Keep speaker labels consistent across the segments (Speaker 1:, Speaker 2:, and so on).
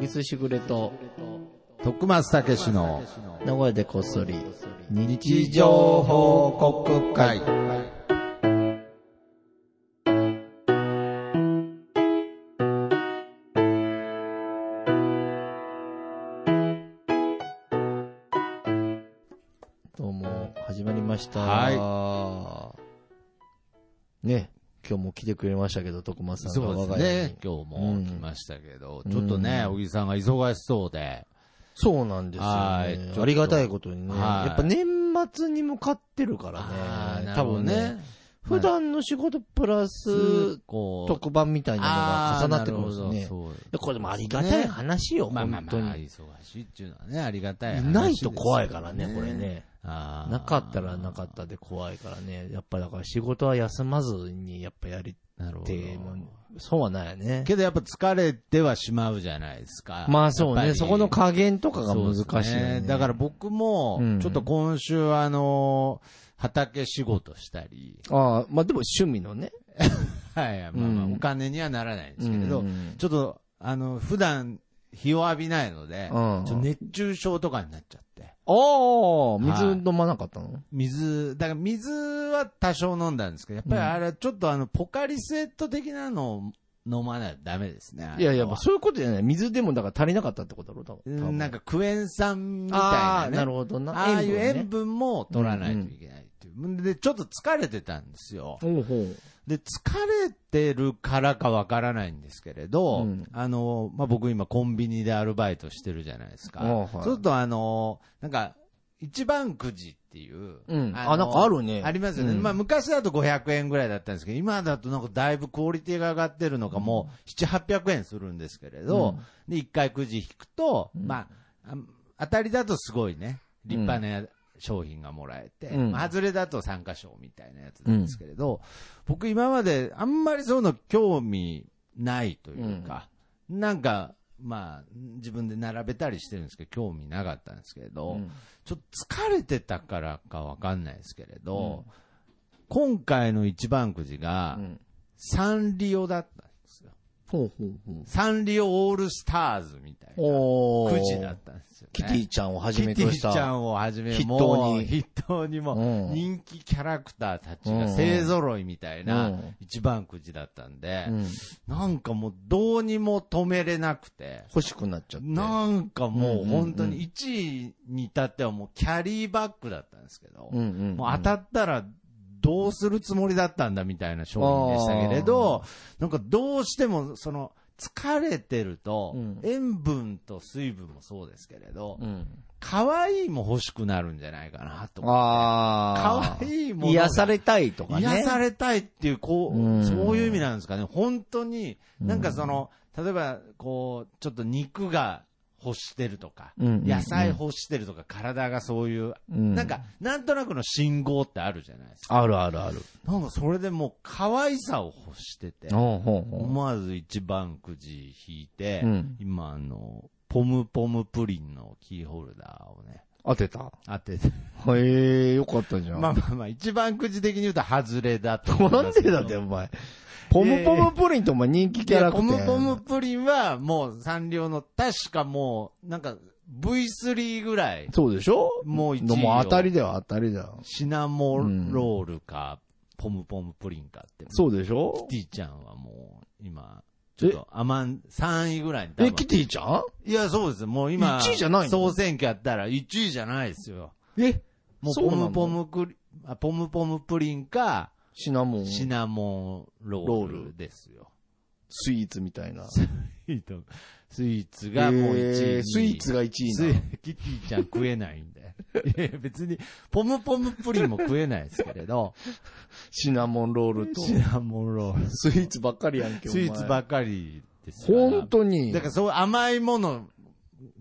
Speaker 1: 月しぐれと、
Speaker 2: 徳松たけしの
Speaker 1: 名古屋でこっそり、
Speaker 2: 日常報告会。
Speaker 1: どうも、始まりました。ね、今日も来てくれましたけど、徳松さんが
Speaker 2: そう
Speaker 1: 我が
Speaker 2: です
Speaker 1: 家
Speaker 2: ね
Speaker 1: に。。
Speaker 2: 今日も来ましたけど、ちょっとね、小木さんが忙しそうで。
Speaker 1: そうなんですよ、
Speaker 2: はいちょっ
Speaker 1: ね。
Speaker 2: と
Speaker 1: ありがたいことにね。
Speaker 2: はい
Speaker 1: やっぱ年末に向かってるから
Speaker 2: あー
Speaker 1: ね。
Speaker 2: なる
Speaker 1: 多
Speaker 2: ほど
Speaker 1: 分ね。。普段の仕事プラス、
Speaker 2: こう、
Speaker 1: 特番みたいなのが重なってくるんですよ
Speaker 2: あーな
Speaker 1: ね
Speaker 2: る。ほどそう
Speaker 1: いやこれでもありがたい話よ、
Speaker 2: まあまあ
Speaker 1: 本
Speaker 2: まあ
Speaker 1: 当、に。
Speaker 2: 忙しいっていうのはね、ありがた
Speaker 1: い
Speaker 2: い話ですよね。
Speaker 1: ないと怖いからね、これね。
Speaker 2: あー。
Speaker 1: なかったらなかったで怖いからね。やっぱだから仕事は休まずにやっぱやり
Speaker 2: なるほど
Speaker 1: てえもん、損はないよね。
Speaker 2: けどやっぱ疲れてはしまうじゃないですか。
Speaker 1: まあそう
Speaker 2: やっぱ
Speaker 1: ね、
Speaker 2: り
Speaker 1: そこの加減とかが難しい
Speaker 2: そう
Speaker 1: よ
Speaker 2: です
Speaker 1: ね。
Speaker 2: ねだから僕も
Speaker 1: うん、
Speaker 2: ちょっと今週あの、畑仕事したり、
Speaker 1: ああ、まあでも趣味のね。
Speaker 2: はい、まあまあ
Speaker 1: うん
Speaker 2: お金にはならないんですけれど、
Speaker 1: うん
Speaker 2: ちょっと、あの、普段日を浴びないので、ち
Speaker 1: うん
Speaker 2: ょっと熱中症とかになっちゃって。
Speaker 1: ああ、水飲まなかったの、
Speaker 2: 水、だから水は多少飲んだんですけど、やっぱりあれ、ちょっとあの、ポカリスエット的なのを飲まないとダメですね。あれはい
Speaker 1: やいや、まあそういうことじゃない。水でもだから足りなかったってことだろ、多
Speaker 2: う
Speaker 1: 分。
Speaker 2: んなんかクエン酸みたい
Speaker 1: あ
Speaker 2: な
Speaker 1: あ、
Speaker 2: ね。
Speaker 1: なるほどな。
Speaker 2: ああいう塩
Speaker 1: ね。
Speaker 2: 分も取らないといけないっていう。で、ちょっと疲れてたんですよ。
Speaker 1: おうほう。
Speaker 2: で、疲れてるからかわからないんですけれど、
Speaker 1: うん
Speaker 2: あの、まあ、僕今コンビニでアルバイトしてるじゃないですか。
Speaker 1: ああはい
Speaker 2: ちょっとあの、なんか、一番くじっていう。
Speaker 1: うん
Speaker 2: の
Speaker 1: あなんかあるね
Speaker 2: ありますよね。
Speaker 1: うん
Speaker 2: まあ、昔だと500円ぐらいだったんですけど、今だとなんかだいぶクオリティが上がってるのか、もう7、800円するんですけれど、で、一回くじ引くと、まあ、あ当たりだとすごいね、立派なや、商品がもらえて、
Speaker 1: うん
Speaker 2: まあ外れだと参加賞みたいなやつなんですけれど、僕今まであんまりそういうの興味ないというか、なんか、まあ、自分で並べたりしてるんですけど、興味なかったんですけれど、
Speaker 1: うん
Speaker 2: ちょっと疲れてたからかわかんないですけれど、今回の一番くじが、
Speaker 1: うん
Speaker 2: サンリオだったんですよ。
Speaker 1: ほうほうほう。
Speaker 2: サンリオオールスターズみたいな
Speaker 1: お
Speaker 2: く
Speaker 1: ー
Speaker 2: じだったんですよ、ね。
Speaker 1: キティちゃんをはじめ
Speaker 2: キテ
Speaker 1: と
Speaker 2: ィ
Speaker 1: し
Speaker 2: ち
Speaker 1: た。
Speaker 2: ゃんをはじめ、
Speaker 1: 筆頭に
Speaker 2: もう筆頭に
Speaker 1: う
Speaker 2: も
Speaker 1: ん
Speaker 2: 人気キャラクターたちが勢揃いみたいな
Speaker 1: うん
Speaker 2: 一番くじだったんで、
Speaker 1: うん
Speaker 2: なんかもうどうにも止めれなくて、
Speaker 1: 欲しくなっちゃって。
Speaker 2: なんかもう本当
Speaker 1: うんうんうん
Speaker 2: に1位に至ってはもうキャリーバッグだったんですけど、
Speaker 1: うんうんうん
Speaker 2: もう当たったらどうするつもりだったんだみたいな商品でしたけれど、なんかどうしてもその疲れてると
Speaker 1: うん、
Speaker 2: 塩分と水分もそうですけれど、
Speaker 1: うん。
Speaker 2: 可愛いも欲しくなるんじゃないかなと。
Speaker 1: ああ。
Speaker 2: 可愛いものが
Speaker 1: 癒されたいとかね。
Speaker 2: 癒されたいっていう、こ
Speaker 1: う
Speaker 2: う、
Speaker 1: ん
Speaker 2: そういう意味なんですかね。本当に、なんかその、例えば、こう、ちょっと肉が欲してるとか、
Speaker 1: うんうんうん
Speaker 2: 野菜欲してるとか、体がそういう、
Speaker 1: うん
Speaker 2: なんか、なんとなくの信号ってあるじゃないですか。
Speaker 1: あるあるある。
Speaker 2: なんかそれでもう、可愛さを欲してて、
Speaker 1: ほうほうほ
Speaker 2: 思わず一番くじ引いて、
Speaker 1: うん
Speaker 2: 今、あの、ポムポムプリンのキーホルダーをね、
Speaker 1: う。当てた。
Speaker 2: 当てて、
Speaker 1: へえ、よかったじゃん。
Speaker 2: まあまあまあ、一番くじ的に言うと、外れだと思い
Speaker 1: な
Speaker 2: ま
Speaker 1: ん
Speaker 2: す
Speaker 1: で
Speaker 2: けど。
Speaker 1: だって、お 前。ポムポムプリンとお前人気キャラクター
Speaker 2: い
Speaker 1: や
Speaker 2: や
Speaker 1: ん。
Speaker 2: ポムポムプリンは、もう、サンリオの、確かもう、なんか、V3 ぐらい、
Speaker 1: そうでしょ
Speaker 2: もう一位を
Speaker 1: もう当たりだよ、当たりだよ。
Speaker 2: シナモロールか、ポムポムプリンかって、
Speaker 1: そうでしょ
Speaker 2: キティちゃんはもう、今、ちょっと、あまん、3位ぐらいに多分
Speaker 1: え、キティちゃん
Speaker 2: いや、そうです。もう今、
Speaker 1: 一位じゃないの
Speaker 2: 総選挙やったら、1位じゃないですよ。
Speaker 1: え
Speaker 2: もう、
Speaker 1: そう
Speaker 2: ポ
Speaker 1: なの
Speaker 2: ムポムクリ、あポムポムプリンか、
Speaker 1: シナモン、
Speaker 2: シ
Speaker 1: ス
Speaker 2: ナモンロールですよ。
Speaker 1: イーツみたいな。
Speaker 2: スイーツ スイーツがもう1位、
Speaker 1: えースイーツが1位
Speaker 2: スイ
Speaker 1: なの。
Speaker 2: キティちゃん食えないんで。 いやいや別に、ポムポムプリンも食えないですけ れど、
Speaker 1: シナモンロールと。
Speaker 2: シナモンロー ル、
Speaker 1: スイーツばっかりやんけ、
Speaker 2: スイーツば
Speaker 1: っか
Speaker 2: っかりですから
Speaker 1: 本当に。
Speaker 2: だからそう甘いもの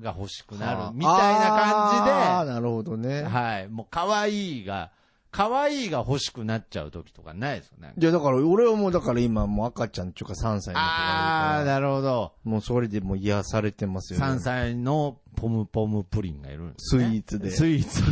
Speaker 2: が欲しく
Speaker 1: あ
Speaker 2: な
Speaker 1: ー
Speaker 2: るみたいな
Speaker 1: あ
Speaker 2: 感
Speaker 1: ーなるほど
Speaker 2: じ
Speaker 1: ね
Speaker 2: で、。はい、もう可愛いが、可愛いが欲しくなっちゃう時とかないですよね。
Speaker 1: いや、だから、俺はもう、だから今、もう赤ちゃんっていうか3歳の子がいる
Speaker 2: あ
Speaker 1: か
Speaker 2: ー、
Speaker 1: ら、
Speaker 2: なるほど。
Speaker 1: もうそれでもう癒されてますよね。
Speaker 2: 3歳のポムポムプリンがいるんです、ね。
Speaker 1: スイーツで
Speaker 2: スイーツ。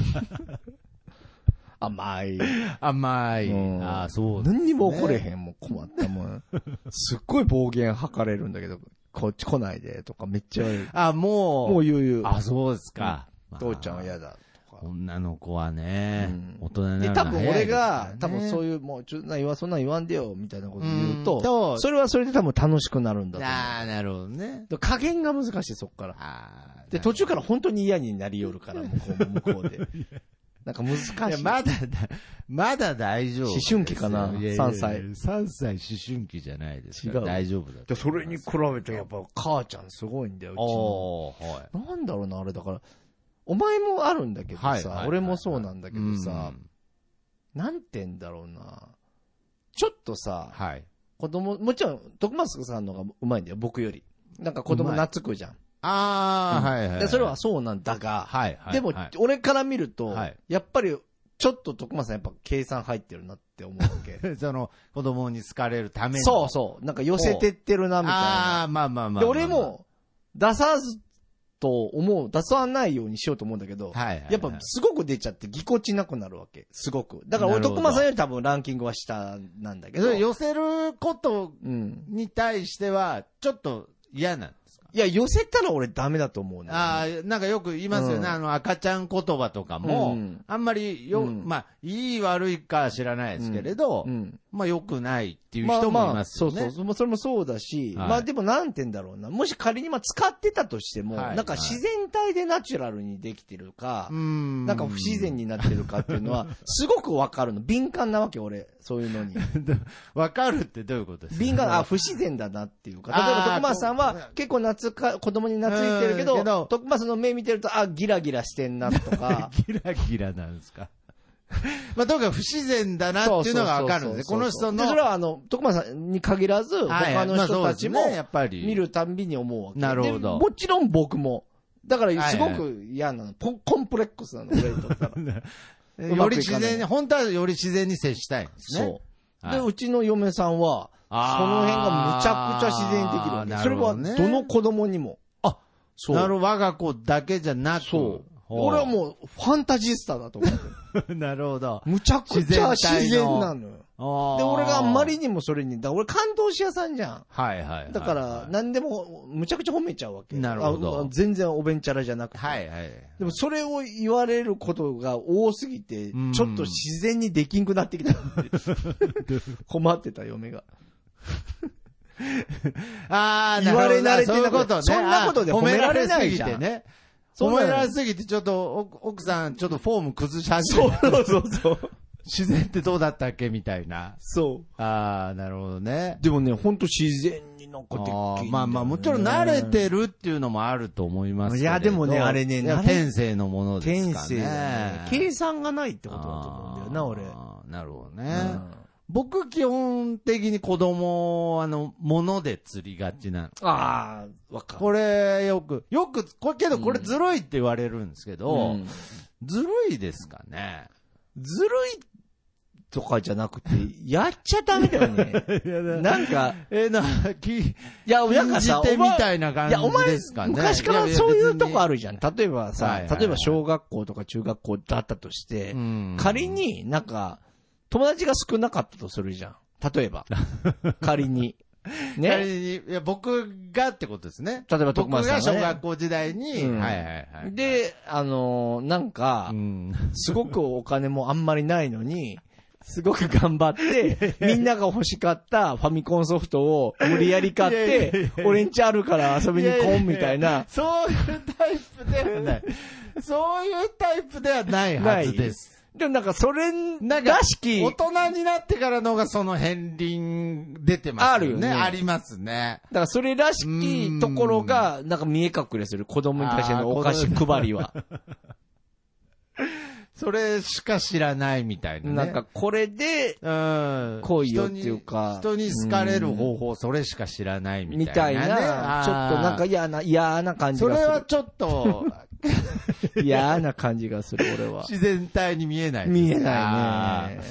Speaker 1: 甘い。
Speaker 2: 甘い。
Speaker 1: うん
Speaker 2: ああ、そうですね
Speaker 1: 何にも起これへん、もう困ったもん。すっごい暴言吐かれるんだけど、こっち来ないでとかめっちゃ言う。
Speaker 2: あ、もう、
Speaker 1: もう言う言う。
Speaker 2: あ、そうですか。
Speaker 1: 父ちゃんは
Speaker 2: まあ
Speaker 1: 嫌だとか。
Speaker 2: 女の子はね、
Speaker 1: うん
Speaker 2: 大人にな
Speaker 1: で、
Speaker 2: る
Speaker 1: 多分俺が、多分そう
Speaker 2: いう
Speaker 1: いう、もう、ちょ、な言わ、そんなん言わんでよ、みたいなこ
Speaker 2: こと
Speaker 1: 言うと、
Speaker 2: と
Speaker 1: それはそれで多分楽しくなるんだと思う
Speaker 2: ああ、なるほどね。
Speaker 1: だから加減が難しい、そっから。
Speaker 2: ああ。
Speaker 1: で、途中から本当に嫌になりよるから、向こうも向こう で。なんか難しい。
Speaker 2: いやまだ だ、まだ大丈夫ですよ。
Speaker 1: 思春期かない
Speaker 2: やいやいや
Speaker 1: 三歳
Speaker 2: 3歳思春期じゃないですから
Speaker 1: 違う
Speaker 2: 大丈夫だ
Speaker 1: で、それに比べてやっぱ母ちゃんすごいんだよ、うちの
Speaker 2: おー、はい。
Speaker 1: なんだろうな、あれだから。お前もあるんだけど
Speaker 2: はいはいは
Speaker 1: さ
Speaker 2: い、
Speaker 1: 俺もそうなんだ
Speaker 2: だ
Speaker 1: けどさ、なんて言うんだろうな。ちょっとさ、
Speaker 2: はい。
Speaker 1: 子供、もちろん、徳松さんの方がうまいんだよ、僕より。なんか子供
Speaker 2: うまい
Speaker 1: 懐くじゃん。
Speaker 2: ああ、はいはいい。
Speaker 1: でそれはそうなんだが、
Speaker 2: はいはい。
Speaker 1: でも
Speaker 2: はい、
Speaker 1: 俺から見ると
Speaker 2: はい、
Speaker 1: やっぱり、ちょっと徳松さんやっぱ計算入ってるなって思うわ け。
Speaker 2: その、子供に好かれるために。
Speaker 1: そうそう。なんか寄せてってるな、みたい
Speaker 2: あ
Speaker 1: な。
Speaker 2: あ、まあまあまあまあ。
Speaker 1: で、俺、も、出さずと思う、出さないようにしようと思うんだけど、
Speaker 2: はいはいはい。
Speaker 1: やっぱすごく出ちゃってぎこちなくなるわけ。すごく。だから俺、
Speaker 2: なるほ
Speaker 1: 徳
Speaker 2: ど
Speaker 1: 間さんより多分ランキングは下なんだけ
Speaker 2: え、
Speaker 1: ど
Speaker 2: そ。れ寄せること
Speaker 1: うん。
Speaker 2: に対しては、ちょっと嫌なんですか
Speaker 1: いや、寄せたら俺ダメだと思うね。
Speaker 2: ああ、なんかよく言いますよね、
Speaker 1: うん
Speaker 2: あの赤ちゃん言葉とかも、
Speaker 1: うん
Speaker 2: あんまりよ、
Speaker 1: うん
Speaker 2: まあ、いい悪いかは知らないですけれど、
Speaker 1: うん。
Speaker 2: まあ、良くないっていう
Speaker 1: まあ
Speaker 2: 人もい
Speaker 1: ま
Speaker 2: ま
Speaker 1: あ、
Speaker 2: す
Speaker 1: そ
Speaker 2: よ
Speaker 1: う
Speaker 2: ね。
Speaker 1: そうそう。それもそうだし、
Speaker 2: はい
Speaker 1: まあでもなんて言うんだろうな。もし仮にまあ使ってたとしても、
Speaker 2: はい
Speaker 1: なんか自然体でナチュラルにできてるか、
Speaker 2: ん
Speaker 1: なんか不自然
Speaker 2: に。
Speaker 1: になってるかっていうのは、すごくわかるの。敏感なわけ、俺。そういうの に。
Speaker 2: わかるってどういうことですか
Speaker 1: 敏感、あ、不自然だなっていうか。
Speaker 2: あー
Speaker 1: 例えば、徳松さん
Speaker 2: そう
Speaker 1: は結構夏か、子供に懐いてるけど、
Speaker 2: うんけど。
Speaker 1: 徳松の目見てると、あ、ギラギラしてんなとか
Speaker 2: ギラギラなんですか。 まあ、とにかく不自然だなっていうのがわかるんですね
Speaker 1: そう
Speaker 2: こ
Speaker 1: そうそう
Speaker 2: の人
Speaker 1: そう
Speaker 2: の。
Speaker 1: でそれは、あの、徳松さんに限らず、
Speaker 2: はい
Speaker 1: 他
Speaker 2: はい
Speaker 1: の人たちも
Speaker 2: まあそうですねやっぱり
Speaker 1: 見るたんびに思うわけ。
Speaker 2: なるほど
Speaker 1: でもちろん僕も。だか
Speaker 2: はいは
Speaker 1: ら、
Speaker 2: い
Speaker 1: すごく嫌なの。ポンコンプレックスなの、俺にとったら。う
Speaker 2: よ
Speaker 1: まく
Speaker 2: り
Speaker 1: いかない
Speaker 2: 自然に、本当はより自然に接したいんですね。
Speaker 1: そう。
Speaker 2: はい
Speaker 1: で、うちの嫁さんは、その
Speaker 2: あー
Speaker 1: 辺がむちゃくちゃ自然的だね。
Speaker 2: な
Speaker 1: そ
Speaker 2: る
Speaker 1: れ
Speaker 2: ほど
Speaker 1: は、
Speaker 2: ね
Speaker 1: どの子供にも。
Speaker 2: あ、
Speaker 1: そう。
Speaker 2: なるほど、我が子だけじゃなく。
Speaker 1: そう。
Speaker 2: ほ
Speaker 1: 俺はもう、ファンタジスタだと思ってる。
Speaker 2: う。 なるほど。
Speaker 1: むちゃくちゃ自
Speaker 2: 自然体
Speaker 1: 然
Speaker 2: の
Speaker 1: なのよ。
Speaker 2: で
Speaker 1: で、俺があんまり、にもそれに、だ俺感動し屋さんじゃん。
Speaker 2: はいはいはい。
Speaker 1: だから、何でも、むちゃくちゃ褒めちゃうわけ。
Speaker 2: なるほど
Speaker 1: あ全然おべんちゃらじゃなくて。
Speaker 2: はいはい。
Speaker 1: でも、それを言われることが多すぎて
Speaker 2: うん、
Speaker 1: ちょっと自然にできんくなってき た。困ってた嫁が。
Speaker 2: ああ、
Speaker 1: 言われ慣れてなくて
Speaker 2: そういうことね。
Speaker 1: そんなことで
Speaker 2: あー
Speaker 1: 褒められないじゃん
Speaker 2: 褒められすぎてね。
Speaker 1: そう
Speaker 2: 褒
Speaker 1: なの
Speaker 2: められすぎて、ちょっと、奥奥さん、ちょっとフォーム崩し始め
Speaker 1: そ
Speaker 2: て
Speaker 1: うそうそうそう。
Speaker 2: 自然ってどうだったっけみたいな。
Speaker 1: そう。
Speaker 2: ああ、なるほどね。
Speaker 1: でもね、ほんと自然になんかできんだよ
Speaker 2: あ
Speaker 1: ね
Speaker 2: ーまあまあ、もちろん慣れてるっていうのもあると思いますけれど
Speaker 1: いやでもねあれね
Speaker 2: いや
Speaker 1: 慣れ
Speaker 2: 天性のものです
Speaker 1: 天
Speaker 2: かね。
Speaker 1: 性だね。計算がないってことだと思うんだよな、俺。
Speaker 2: あーなるほど
Speaker 1: う
Speaker 2: ね。
Speaker 1: ん
Speaker 2: 僕、基本的に子供を、あの、物で釣りがちなの。
Speaker 1: ああ、わかる。
Speaker 2: これ、よく、よく、これ、けど、これずるいって言われるんですけど、
Speaker 1: うん
Speaker 2: ずるいですかね。
Speaker 1: ずるいとかじゃなくて、やっちゃダメだよ ね。 なんか、
Speaker 2: えー、な、き、
Speaker 1: いや、親
Speaker 2: 禁
Speaker 1: が
Speaker 2: じ
Speaker 1: さ、
Speaker 2: て
Speaker 1: お
Speaker 2: み
Speaker 1: 前
Speaker 2: たいな感
Speaker 1: いや、お
Speaker 2: じ
Speaker 1: 前
Speaker 2: ですか、ね。
Speaker 1: 昔からそういうとこあ
Speaker 2: る。
Speaker 1: るじゃん。例えば
Speaker 2: はい
Speaker 1: さ
Speaker 2: はいは、い
Speaker 1: 例えば小学校とか中学校だったとして
Speaker 2: う、ん
Speaker 1: 仮、になんか、友達が少なかったとするじゃん。例え ば。仮に。
Speaker 2: 仮
Speaker 1: ね。
Speaker 2: に、いや、僕がってことですね。
Speaker 1: 例えば
Speaker 2: 僕
Speaker 1: 徳松さん
Speaker 2: が
Speaker 1: がね
Speaker 2: 小学校時代に、
Speaker 1: うん
Speaker 2: はいはいはい。、
Speaker 1: で、あのー、なんか
Speaker 2: う、ん。
Speaker 1: すごくお金もあんまりないのに、すごく頑張 って、みんなが欲しかったファミコンソフトを無理やり買っ
Speaker 2: いやいやい
Speaker 1: て、俺んちあるから遊びに来んみたいな。
Speaker 2: そういうタイプではない。そういうタイプではないはずです。
Speaker 1: でもなんかそれ
Speaker 2: なんから
Speaker 1: しき
Speaker 2: 大、人になってからの方がその片鱗出てますよ
Speaker 1: ある
Speaker 2: ね。
Speaker 1: よね
Speaker 2: ありますね。
Speaker 1: だからそれらしきところが、なんか見え隠れする。子供に対してのお菓子配りは。
Speaker 2: それしか知らないみたいなね。
Speaker 1: なんかこれで、
Speaker 2: うん。
Speaker 1: 恋よっていうか
Speaker 2: 人に人に好かれる方法、それしか知らないみ
Speaker 1: み
Speaker 2: た
Speaker 1: た
Speaker 2: い
Speaker 1: い
Speaker 2: な、
Speaker 1: な、
Speaker 2: ね。
Speaker 1: ちょっとなんか
Speaker 2: あー、
Speaker 1: 嫌な、嫌な感じ
Speaker 2: それは
Speaker 1: が
Speaker 2: ちょっと、
Speaker 1: する。嫌な感じがする、俺は。
Speaker 2: 自然体に見えな い。
Speaker 1: 見え
Speaker 2: あ
Speaker 1: ない
Speaker 2: ー
Speaker 1: ね。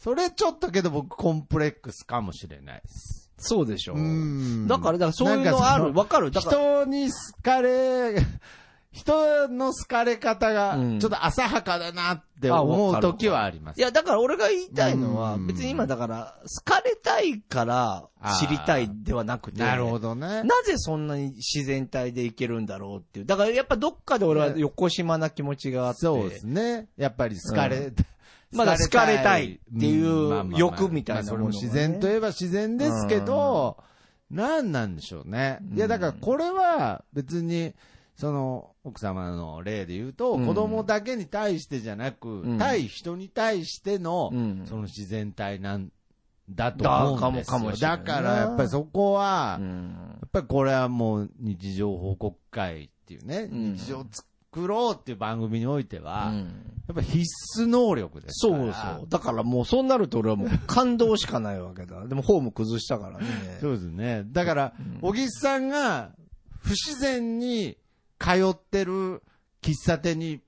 Speaker 2: それちょっとけど僕コンプレックスかもしれないです。
Speaker 1: そうでしょ。
Speaker 2: ん
Speaker 1: だから、だからそういうのあ
Speaker 2: なんかその
Speaker 1: る。わかる。だから、
Speaker 2: 人に好かれ、人の好かれ方が、
Speaker 1: うん
Speaker 2: ちょっと浅はかだなって
Speaker 1: あ
Speaker 2: 思
Speaker 1: わか
Speaker 2: う
Speaker 1: る
Speaker 2: 時はあります
Speaker 1: い。や、だから俺が言いたいのは、
Speaker 2: うん
Speaker 1: 別に今だから、好かれたいから知りたいではなくて、
Speaker 2: なるほどね。
Speaker 1: なぜそんなに自然体でいけるんだろうっていう。だからやっぱどっかで俺は横島な気持ちがあって、
Speaker 2: そうですね。やっぱり好かれ、
Speaker 1: まだ好かれたいっていう欲みたいなものがね
Speaker 2: も自然といえば自然ですけど、何なんでしょうね。いや、だからこれは別に、その、奥様の例で言うと、
Speaker 1: うん
Speaker 2: 子供だけに対してじゃなく、
Speaker 1: ん
Speaker 2: 対人に対しての、
Speaker 1: うん
Speaker 2: その自然体なんだと思うんですよ。
Speaker 1: だかもかもしれない
Speaker 2: だからやっぱりそこは、
Speaker 1: う
Speaker 2: や
Speaker 1: ん
Speaker 2: っぱりこれはもう日常報告会っていうね、
Speaker 1: うん
Speaker 2: 日常を作ろうっていう番組においては、
Speaker 1: うん
Speaker 2: やっぱ必須能力です
Speaker 1: そ
Speaker 2: から。
Speaker 1: うそう。だからもうそうなると俺はもう感動しかないわけだ。でもフォーム崩したからね。
Speaker 2: そうですね。だから、小木さんが不自然に通ってる喫茶店に、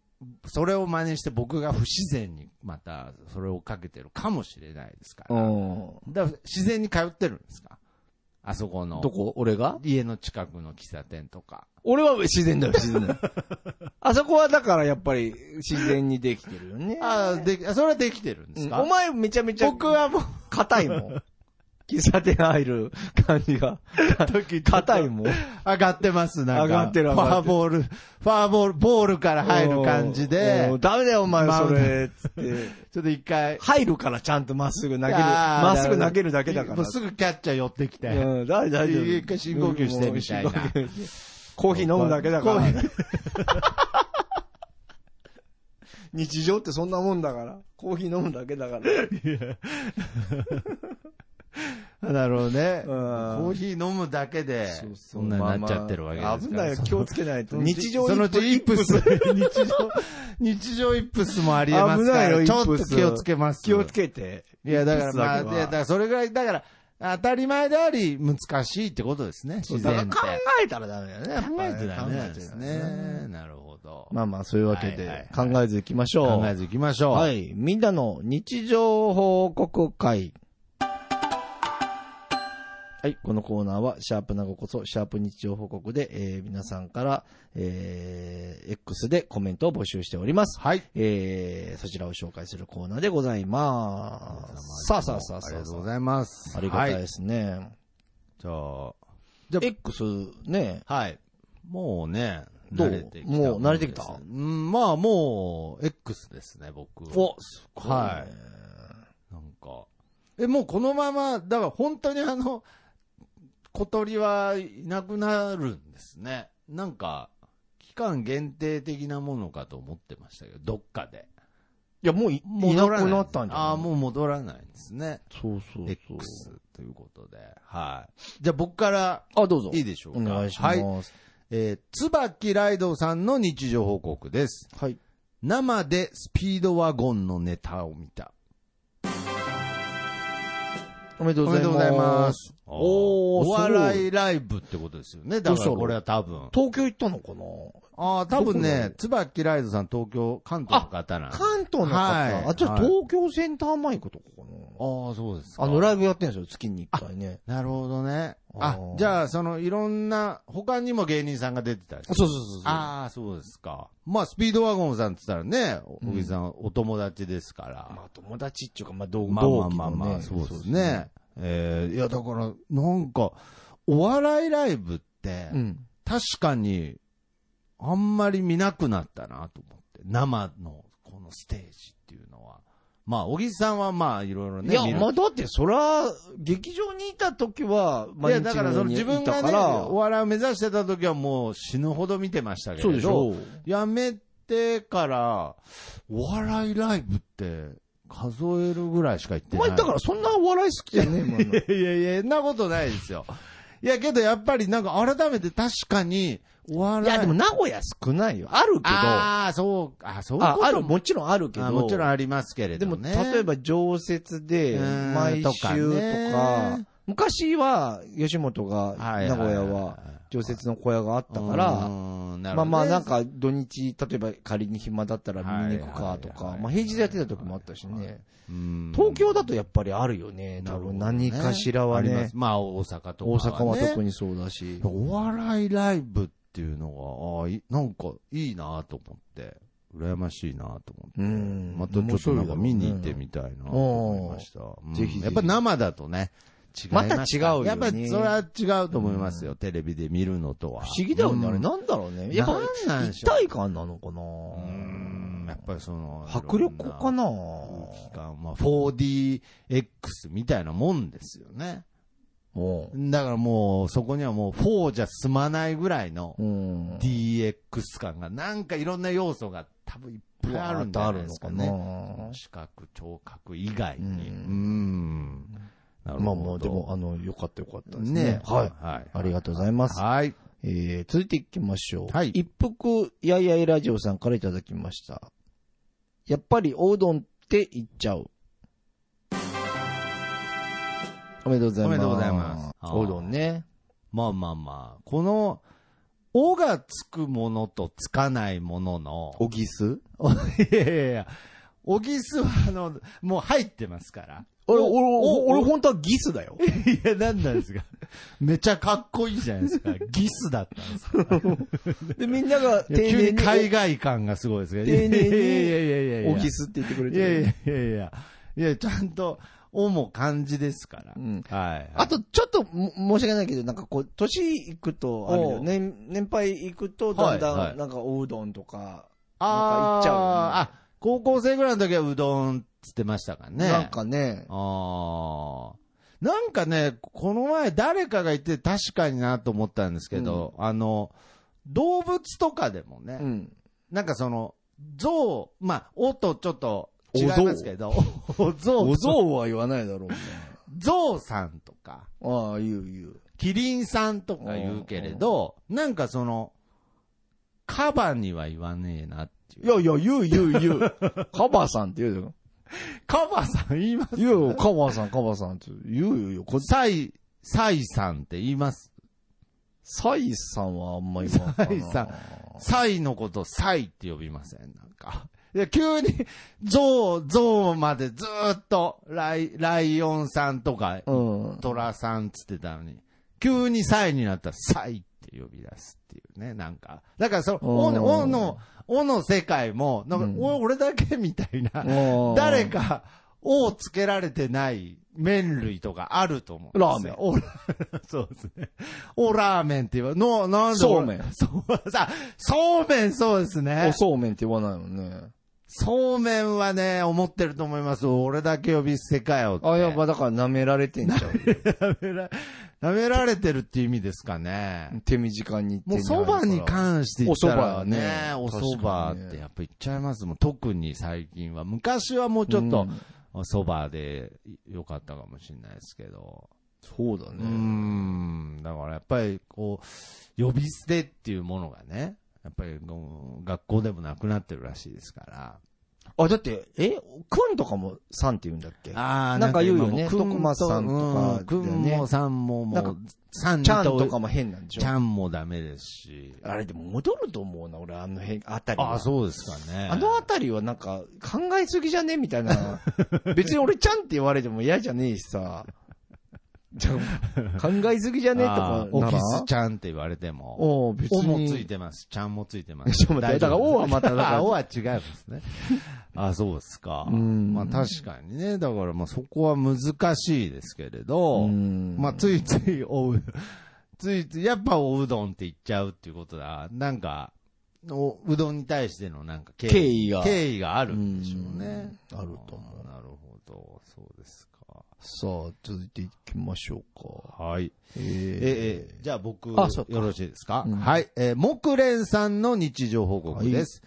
Speaker 2: それを真似して僕が不自然にまたそれをかけてるかもしれないですか
Speaker 1: う
Speaker 2: ら。
Speaker 1: ん。
Speaker 2: だから自然に通ってるんですかあそこの
Speaker 1: ど。こ俺が
Speaker 2: 家の近くの喫茶店とか。
Speaker 1: 俺は自然だよ、自然だよ。あそこはだからやっぱり自然にできてるよね。
Speaker 2: ああ、で、あそれはできてるんです
Speaker 1: うん
Speaker 2: か、
Speaker 1: お前めちゃめちゃ。
Speaker 2: 僕はもう、
Speaker 1: 硬いもん。 喫茶店入る感じが。硬いもん。
Speaker 2: 上がってます、なん
Speaker 1: 上
Speaker 2: か。
Speaker 1: がってる上
Speaker 2: フォ
Speaker 1: が
Speaker 2: ア
Speaker 1: ってる
Speaker 2: ボール、フォアボール、ボールから入る感じで
Speaker 1: おー。、ダメだよお前
Speaker 2: マウン
Speaker 1: そ
Speaker 2: ド
Speaker 1: れ、つって。
Speaker 2: ちょっと一回、
Speaker 1: 入るからちゃんとまっすぐ投げる。
Speaker 2: あー
Speaker 1: まっすぐ投げるだけだか
Speaker 2: も
Speaker 1: ら
Speaker 2: う。すぐキャッチャー寄ってきて。
Speaker 1: うん、大丈夫。
Speaker 2: 一回深呼吸してみたいな
Speaker 1: うん深呼吸してコーヒー飲むだけだか
Speaker 2: コ
Speaker 1: ら
Speaker 2: ー。
Speaker 1: 日常ってそんなもんだから。コーヒー飲むだけだから。
Speaker 2: なるほどね。
Speaker 1: うん
Speaker 2: コーヒー飲むだけで、そんなになっちゃってるわけですから。
Speaker 1: 危ないよ、気
Speaker 2: そ
Speaker 1: をつけないと。
Speaker 2: のうち
Speaker 1: 日常
Speaker 2: そのうちイップス、 日常、日常イップスもありえます
Speaker 1: 危
Speaker 2: か
Speaker 1: ない
Speaker 2: ら、
Speaker 1: よ
Speaker 2: ちょっと
Speaker 1: イップス
Speaker 2: 気をつけます。
Speaker 1: 気をつけて。
Speaker 2: いや、だか
Speaker 1: イッ
Speaker 2: ら、
Speaker 1: プスだ
Speaker 2: まあ、
Speaker 1: け
Speaker 2: い
Speaker 1: は
Speaker 2: や、だからそれぐらい、だから、当たり前であり、難しいってことですね、自
Speaker 1: だから
Speaker 2: 然っ
Speaker 1: 考
Speaker 2: て。
Speaker 1: えたらダメだよね。やっぱ
Speaker 2: 考
Speaker 1: ね
Speaker 2: えてないね。
Speaker 1: 考えてない
Speaker 2: ね。なるほど。
Speaker 1: まあまあ、そういうわけ
Speaker 2: はい
Speaker 1: で、考
Speaker 2: はい
Speaker 1: えずいきましょう。
Speaker 2: 考えずいきましょう。。
Speaker 1: はいい。みんなの日常報告会。はい。このコーナーは、シャープなごこそ、シャープ日常報告で、えー皆さんから、えー X でコメントを募集しております。
Speaker 2: はい。
Speaker 1: えーそちらを紹介するコーナーでございます。さあさあさあ
Speaker 2: あ
Speaker 1: さ
Speaker 2: り
Speaker 1: あ
Speaker 2: がとうございます。
Speaker 1: ありがたい
Speaker 2: は
Speaker 1: ですね。
Speaker 2: じゃあ、
Speaker 1: X ね、
Speaker 2: はい。もうね、
Speaker 1: どう
Speaker 2: 慣れてきた
Speaker 1: もう慣れてきた
Speaker 2: うん、まあもう、X ですね、僕。
Speaker 1: お、すごい、ね。
Speaker 2: はいなんか。え、もうこのまま、だから本当にあの、小鳥はいなくなるんですね。なんか、期間限定的なものかと思ってましたけど、どっかで。
Speaker 1: いや、もういいな
Speaker 2: 戻ら
Speaker 1: くなったんじゃない
Speaker 2: ああー、もう戻らないんですね。
Speaker 1: そうそうそう。
Speaker 2: X ということで。はい。じゃあ僕から
Speaker 1: あ、どうぞ。
Speaker 2: いいでしょうか。
Speaker 1: お願いし
Speaker 2: はい。
Speaker 1: ます。
Speaker 2: えー、椿ライドさんの日常報告です。
Speaker 1: はい。
Speaker 2: 生でスピードワゴンのネタを見た。
Speaker 1: おめでとう
Speaker 2: お
Speaker 1: ご
Speaker 2: め
Speaker 1: ざ
Speaker 2: で
Speaker 1: い
Speaker 2: と
Speaker 1: ます。
Speaker 2: うございます。
Speaker 1: おー
Speaker 2: お笑いライブってことですよね。だからこれは多分。
Speaker 1: 東京行ったのか
Speaker 2: ああ、多分
Speaker 1: ど
Speaker 2: ね
Speaker 1: こ、
Speaker 2: 椿ライドさん東京、関東の方な
Speaker 1: な
Speaker 2: んです
Speaker 1: 関東の方、
Speaker 2: はい
Speaker 1: あ、じゃあ
Speaker 2: はい
Speaker 1: 東京センター前イクとかかな、
Speaker 2: ああ、そうですか。
Speaker 1: あのライブやってんですよ、月に1回ね。
Speaker 2: なるほどね。
Speaker 1: あ
Speaker 2: あ
Speaker 1: ー、
Speaker 2: じゃあ、その、いろんな、他にも芸人さんが出てたりする
Speaker 1: そうそうそうそう。
Speaker 2: ああ、そうですか。まあ、スピードワゴンさんって言ったらね、小木さん、お友達ですから。
Speaker 1: まあ友達っていうか、まあ同
Speaker 2: まあま
Speaker 1: 同
Speaker 2: あ
Speaker 1: 期
Speaker 2: まあ
Speaker 1: のね。
Speaker 2: まあ、そうです。ね。えーいや、だから、なんか、お笑いライブって、
Speaker 1: うん。
Speaker 2: 確かに、あんまり見なくなったなと思って、生のこのステージっていうのは。まあ、小木さんはまあ、いろいろね。
Speaker 1: いや
Speaker 2: 見、る
Speaker 1: まあだってそら、劇場にいた時は、
Speaker 2: いや、だからその
Speaker 1: 毎日
Speaker 2: 自
Speaker 1: のよう
Speaker 2: 分
Speaker 1: にいた
Speaker 2: が
Speaker 1: か
Speaker 2: ね、
Speaker 1: ら
Speaker 2: お笑いを目指してた時はもう死ぬほど見てましたけれど、
Speaker 1: そうでしょ。
Speaker 2: やめてから、お笑いライブって数えるぐらいしか行って
Speaker 1: お
Speaker 2: ない。
Speaker 1: 前だからそんなお笑い好きやね、今の。
Speaker 2: いやいやいや、そんなことないですよ。いや、けどやっぱりなんか改めて確かに、お
Speaker 1: い
Speaker 2: 笑い。
Speaker 1: や、でも名古屋少ないよ。あるけど。あ、
Speaker 2: ああ、そうか、あそういうこと
Speaker 1: ある、もちろんあるけど。
Speaker 2: あもちろんありますけれ
Speaker 1: で
Speaker 2: ど
Speaker 1: も、
Speaker 2: ね。
Speaker 1: 例え、ば常設で
Speaker 2: うー、ん
Speaker 1: 毎週と
Speaker 2: とかね
Speaker 1: か、昔は、吉本が、
Speaker 2: はい
Speaker 1: 名古屋は、常設の小屋があったから、
Speaker 2: ら
Speaker 1: まあまあ、なんか、
Speaker 2: か、
Speaker 1: 土日、例えば仮に暇だったら見に行くか
Speaker 2: はい
Speaker 1: と
Speaker 2: はい
Speaker 1: か
Speaker 2: は、い
Speaker 1: まあ平日でやってた時もあったしね。
Speaker 2: うん
Speaker 1: 東京だとやっぱりあるよね。多分何かしらは
Speaker 2: ありま
Speaker 1: ね
Speaker 2: す。まあ、大阪とか、ね。
Speaker 1: 大阪は特
Speaker 2: に。
Speaker 1: にそうだし。
Speaker 2: お笑いライブっっていうのが、ああい、なんかいいなと思って、羨ましいなと思って、
Speaker 1: うん
Speaker 2: またちょっとなんか見に行ってみたいなと思いました。うん
Speaker 1: ぜひぜひ
Speaker 2: やっぱ生だとね、違いますか
Speaker 1: また違うよね
Speaker 2: やっぱそれは違うと思いますよ、テレビで見るのとは。
Speaker 1: 不思議だよね、あれ。
Speaker 2: うん
Speaker 1: なんだろうね。やっぱ
Speaker 2: なん、なんでし
Speaker 1: 一
Speaker 2: ょう
Speaker 1: 体感なのかな
Speaker 2: うんやっぱりその、
Speaker 1: 迫力か
Speaker 2: い
Speaker 1: な
Speaker 2: ろんな空気感、まあ、4DX みたいなもんですよね。
Speaker 1: うん
Speaker 2: だからもう、そこにはもう4じゃ済まないぐらいの
Speaker 1: うん。
Speaker 2: DX 感が、なんかいろんな要素が多分いっぱいあるんじゃないですか
Speaker 1: う
Speaker 2: ね。
Speaker 1: わーってあるのかな
Speaker 2: 視覚、聴覚以外に。
Speaker 1: う
Speaker 2: うんん。なるほど
Speaker 1: まあもう、でも、、あの、よかったよかったですね。
Speaker 2: ね。
Speaker 1: はい。
Speaker 2: はい。
Speaker 1: ありがとうございます。
Speaker 2: はい。
Speaker 1: えー、続いていきましょう。
Speaker 2: はい
Speaker 1: 一服やいやいラジオさんからいただきました。やっぱりおうどんって言っちゃう。おめでとうございます。
Speaker 2: おめでとうございますあー
Speaker 1: おうどんね。
Speaker 2: まあまあまあ、この、おがつくものとつかないものの、
Speaker 1: おぎす
Speaker 2: いやいやいや、おぎすはあの、もう入ってますから。
Speaker 1: 俺、
Speaker 2: お
Speaker 1: 俺、
Speaker 2: お
Speaker 1: 俺、本当はギスだよ。
Speaker 2: いや、なんなんですか。めちゃかっこいいじゃないですか。ギスだったんですから。
Speaker 1: で、みんなが 丁
Speaker 2: 急
Speaker 1: 寧
Speaker 2: に
Speaker 1: に、
Speaker 2: 海外感がすごいですけど。
Speaker 1: 丁寧に
Speaker 2: いやいやいやいやいや。
Speaker 1: おぎすって言ってくれ
Speaker 2: い
Speaker 1: て
Speaker 2: や
Speaker 1: る。
Speaker 2: いやいやいや。いや、ちゃんと、おも漢字ですから。
Speaker 1: うん
Speaker 2: はいはい。
Speaker 1: あと、ちょっとも、申し訳ないけど、なんかこう、年いくと、あれだよ
Speaker 2: おう
Speaker 1: 年、年配いくと、だん
Speaker 2: はい
Speaker 1: だ
Speaker 2: は
Speaker 1: ん、
Speaker 2: い
Speaker 1: なんか、おうどんとか、なんか言
Speaker 2: あ
Speaker 1: っ
Speaker 2: ー
Speaker 1: ちゃうよね
Speaker 2: あ、高校生ぐらいの時はうどんっつってましたからね。
Speaker 1: なんかね、
Speaker 2: ああ。なんかね、この前誰かが言って確かになと思ったんですけど、あの、動物とかでもね、
Speaker 1: うん。
Speaker 2: なんかその、象、まあ、おとちょっと違いますけど、お象、
Speaker 1: お像は言わないだろうね。
Speaker 2: 象さんとか、
Speaker 1: ああ、言う言う。
Speaker 2: キリンさんとか言うけれど、なんかその、カバには言わねえなっていう。
Speaker 1: いやいや、言う言う 言う。カバーさんって言うよ。
Speaker 2: カバさん言います
Speaker 1: 言うよ、カバーさん、カバーさんって言うよ言うよ。こ
Speaker 2: サイ、サイさんって言います。
Speaker 1: サイさんはあんまり言わんかな
Speaker 2: サイさんサイのこと、サイって呼びません、なんか。で、急に、ゾウ、ゾウまでずーっと、ライ、ライオンさんとか、
Speaker 1: うん。
Speaker 2: トラさんっつってたのに、急にサイになったら、サイって呼び出すっていうね、なんか。だから、その、お
Speaker 1: うん
Speaker 2: おの、おの世界も、なんか、
Speaker 1: うん
Speaker 2: お俺だけみたいな、
Speaker 1: うん
Speaker 2: 誰か、をつけられてない麺類とかあると思う。
Speaker 1: ラーメン
Speaker 2: ン。 そうですね。おラーメンって言えば、の、なんで
Speaker 1: そうめん。
Speaker 2: そう、 さ、そうめんそうです
Speaker 1: お
Speaker 2: ね。
Speaker 1: そうめんって言わないもんね。
Speaker 2: そうめんはね、思ってると思います。俺だけ呼び捨てかよって。
Speaker 1: あ、やっぱだから舐められてんじゃん。
Speaker 2: 舐めら、舐められてるっていう意味ですか ね。
Speaker 1: 手短に
Speaker 2: もうそばに
Speaker 1: ん
Speaker 2: 関して言ったらね、
Speaker 1: お
Speaker 2: お
Speaker 1: 蕎
Speaker 2: 蕎
Speaker 1: 麦はね
Speaker 2: 麦ってやっぱ言っちゃいますもん。特に最近は。昔はもうちょっと、蕎麦でよかったかもしれないですけど。
Speaker 1: そうだ
Speaker 2: うー
Speaker 1: ね。
Speaker 2: ん、だからやっぱりこう、呼び捨てっていうものがね、やっぱりこう学校でもなくなってるらしいですから。
Speaker 1: あ、だって、えくんとかもさんって言うんだっけ
Speaker 2: あ
Speaker 1: ーなんか言うよね
Speaker 2: なんか今も
Speaker 1: 徳松さんとか
Speaker 2: うんくん
Speaker 1: だよね
Speaker 2: もさんもも
Speaker 1: なんか
Speaker 2: う、さん
Speaker 1: ちゃんとかも変なんでし
Speaker 2: ち
Speaker 1: ょ
Speaker 2: ゃんもダメですし。
Speaker 1: あれでも戻ると思うな、俺、あの辺、あたりは。
Speaker 2: あ、そうですかね。
Speaker 1: あの辺りはなんか考えすぎじゃねみたい な。別に俺ちゃんって言われても嫌じゃねえしさ。じゃあ考えすぎじゃねと
Speaker 2: あ
Speaker 1: か
Speaker 2: ー、
Speaker 1: な
Speaker 2: オ
Speaker 1: ら
Speaker 2: フィスちゃんって言われても。
Speaker 1: おう別
Speaker 2: おもつい
Speaker 1: に。
Speaker 2: てます。ちゃんもついてま
Speaker 1: ちょ
Speaker 2: す。
Speaker 1: っと待って
Speaker 2: 大丈夫
Speaker 1: だからおはまただ から
Speaker 2: あおは違いますね。あ、そうですか。
Speaker 1: うん
Speaker 2: まあ確かにね。だからまあそこは難しいですけれど、ま
Speaker 1: ま
Speaker 2: あ、ついついおう、 ついつい、やっぱおうどんって言っちゃうっていうことだ。なんか、おうどんに対してのなんか敬
Speaker 1: 敬意が。
Speaker 2: 敬意があるんでしょうね。
Speaker 1: うんあると思う
Speaker 2: あーなるほど。そうですか。
Speaker 1: さあ、続いていきましょうか。
Speaker 2: はい。
Speaker 1: え
Speaker 2: え、え、じゃあ僕、よ
Speaker 1: あそうか
Speaker 2: ろしいですか、
Speaker 1: うん
Speaker 2: はい。えー、木蓮さんの日常報告です。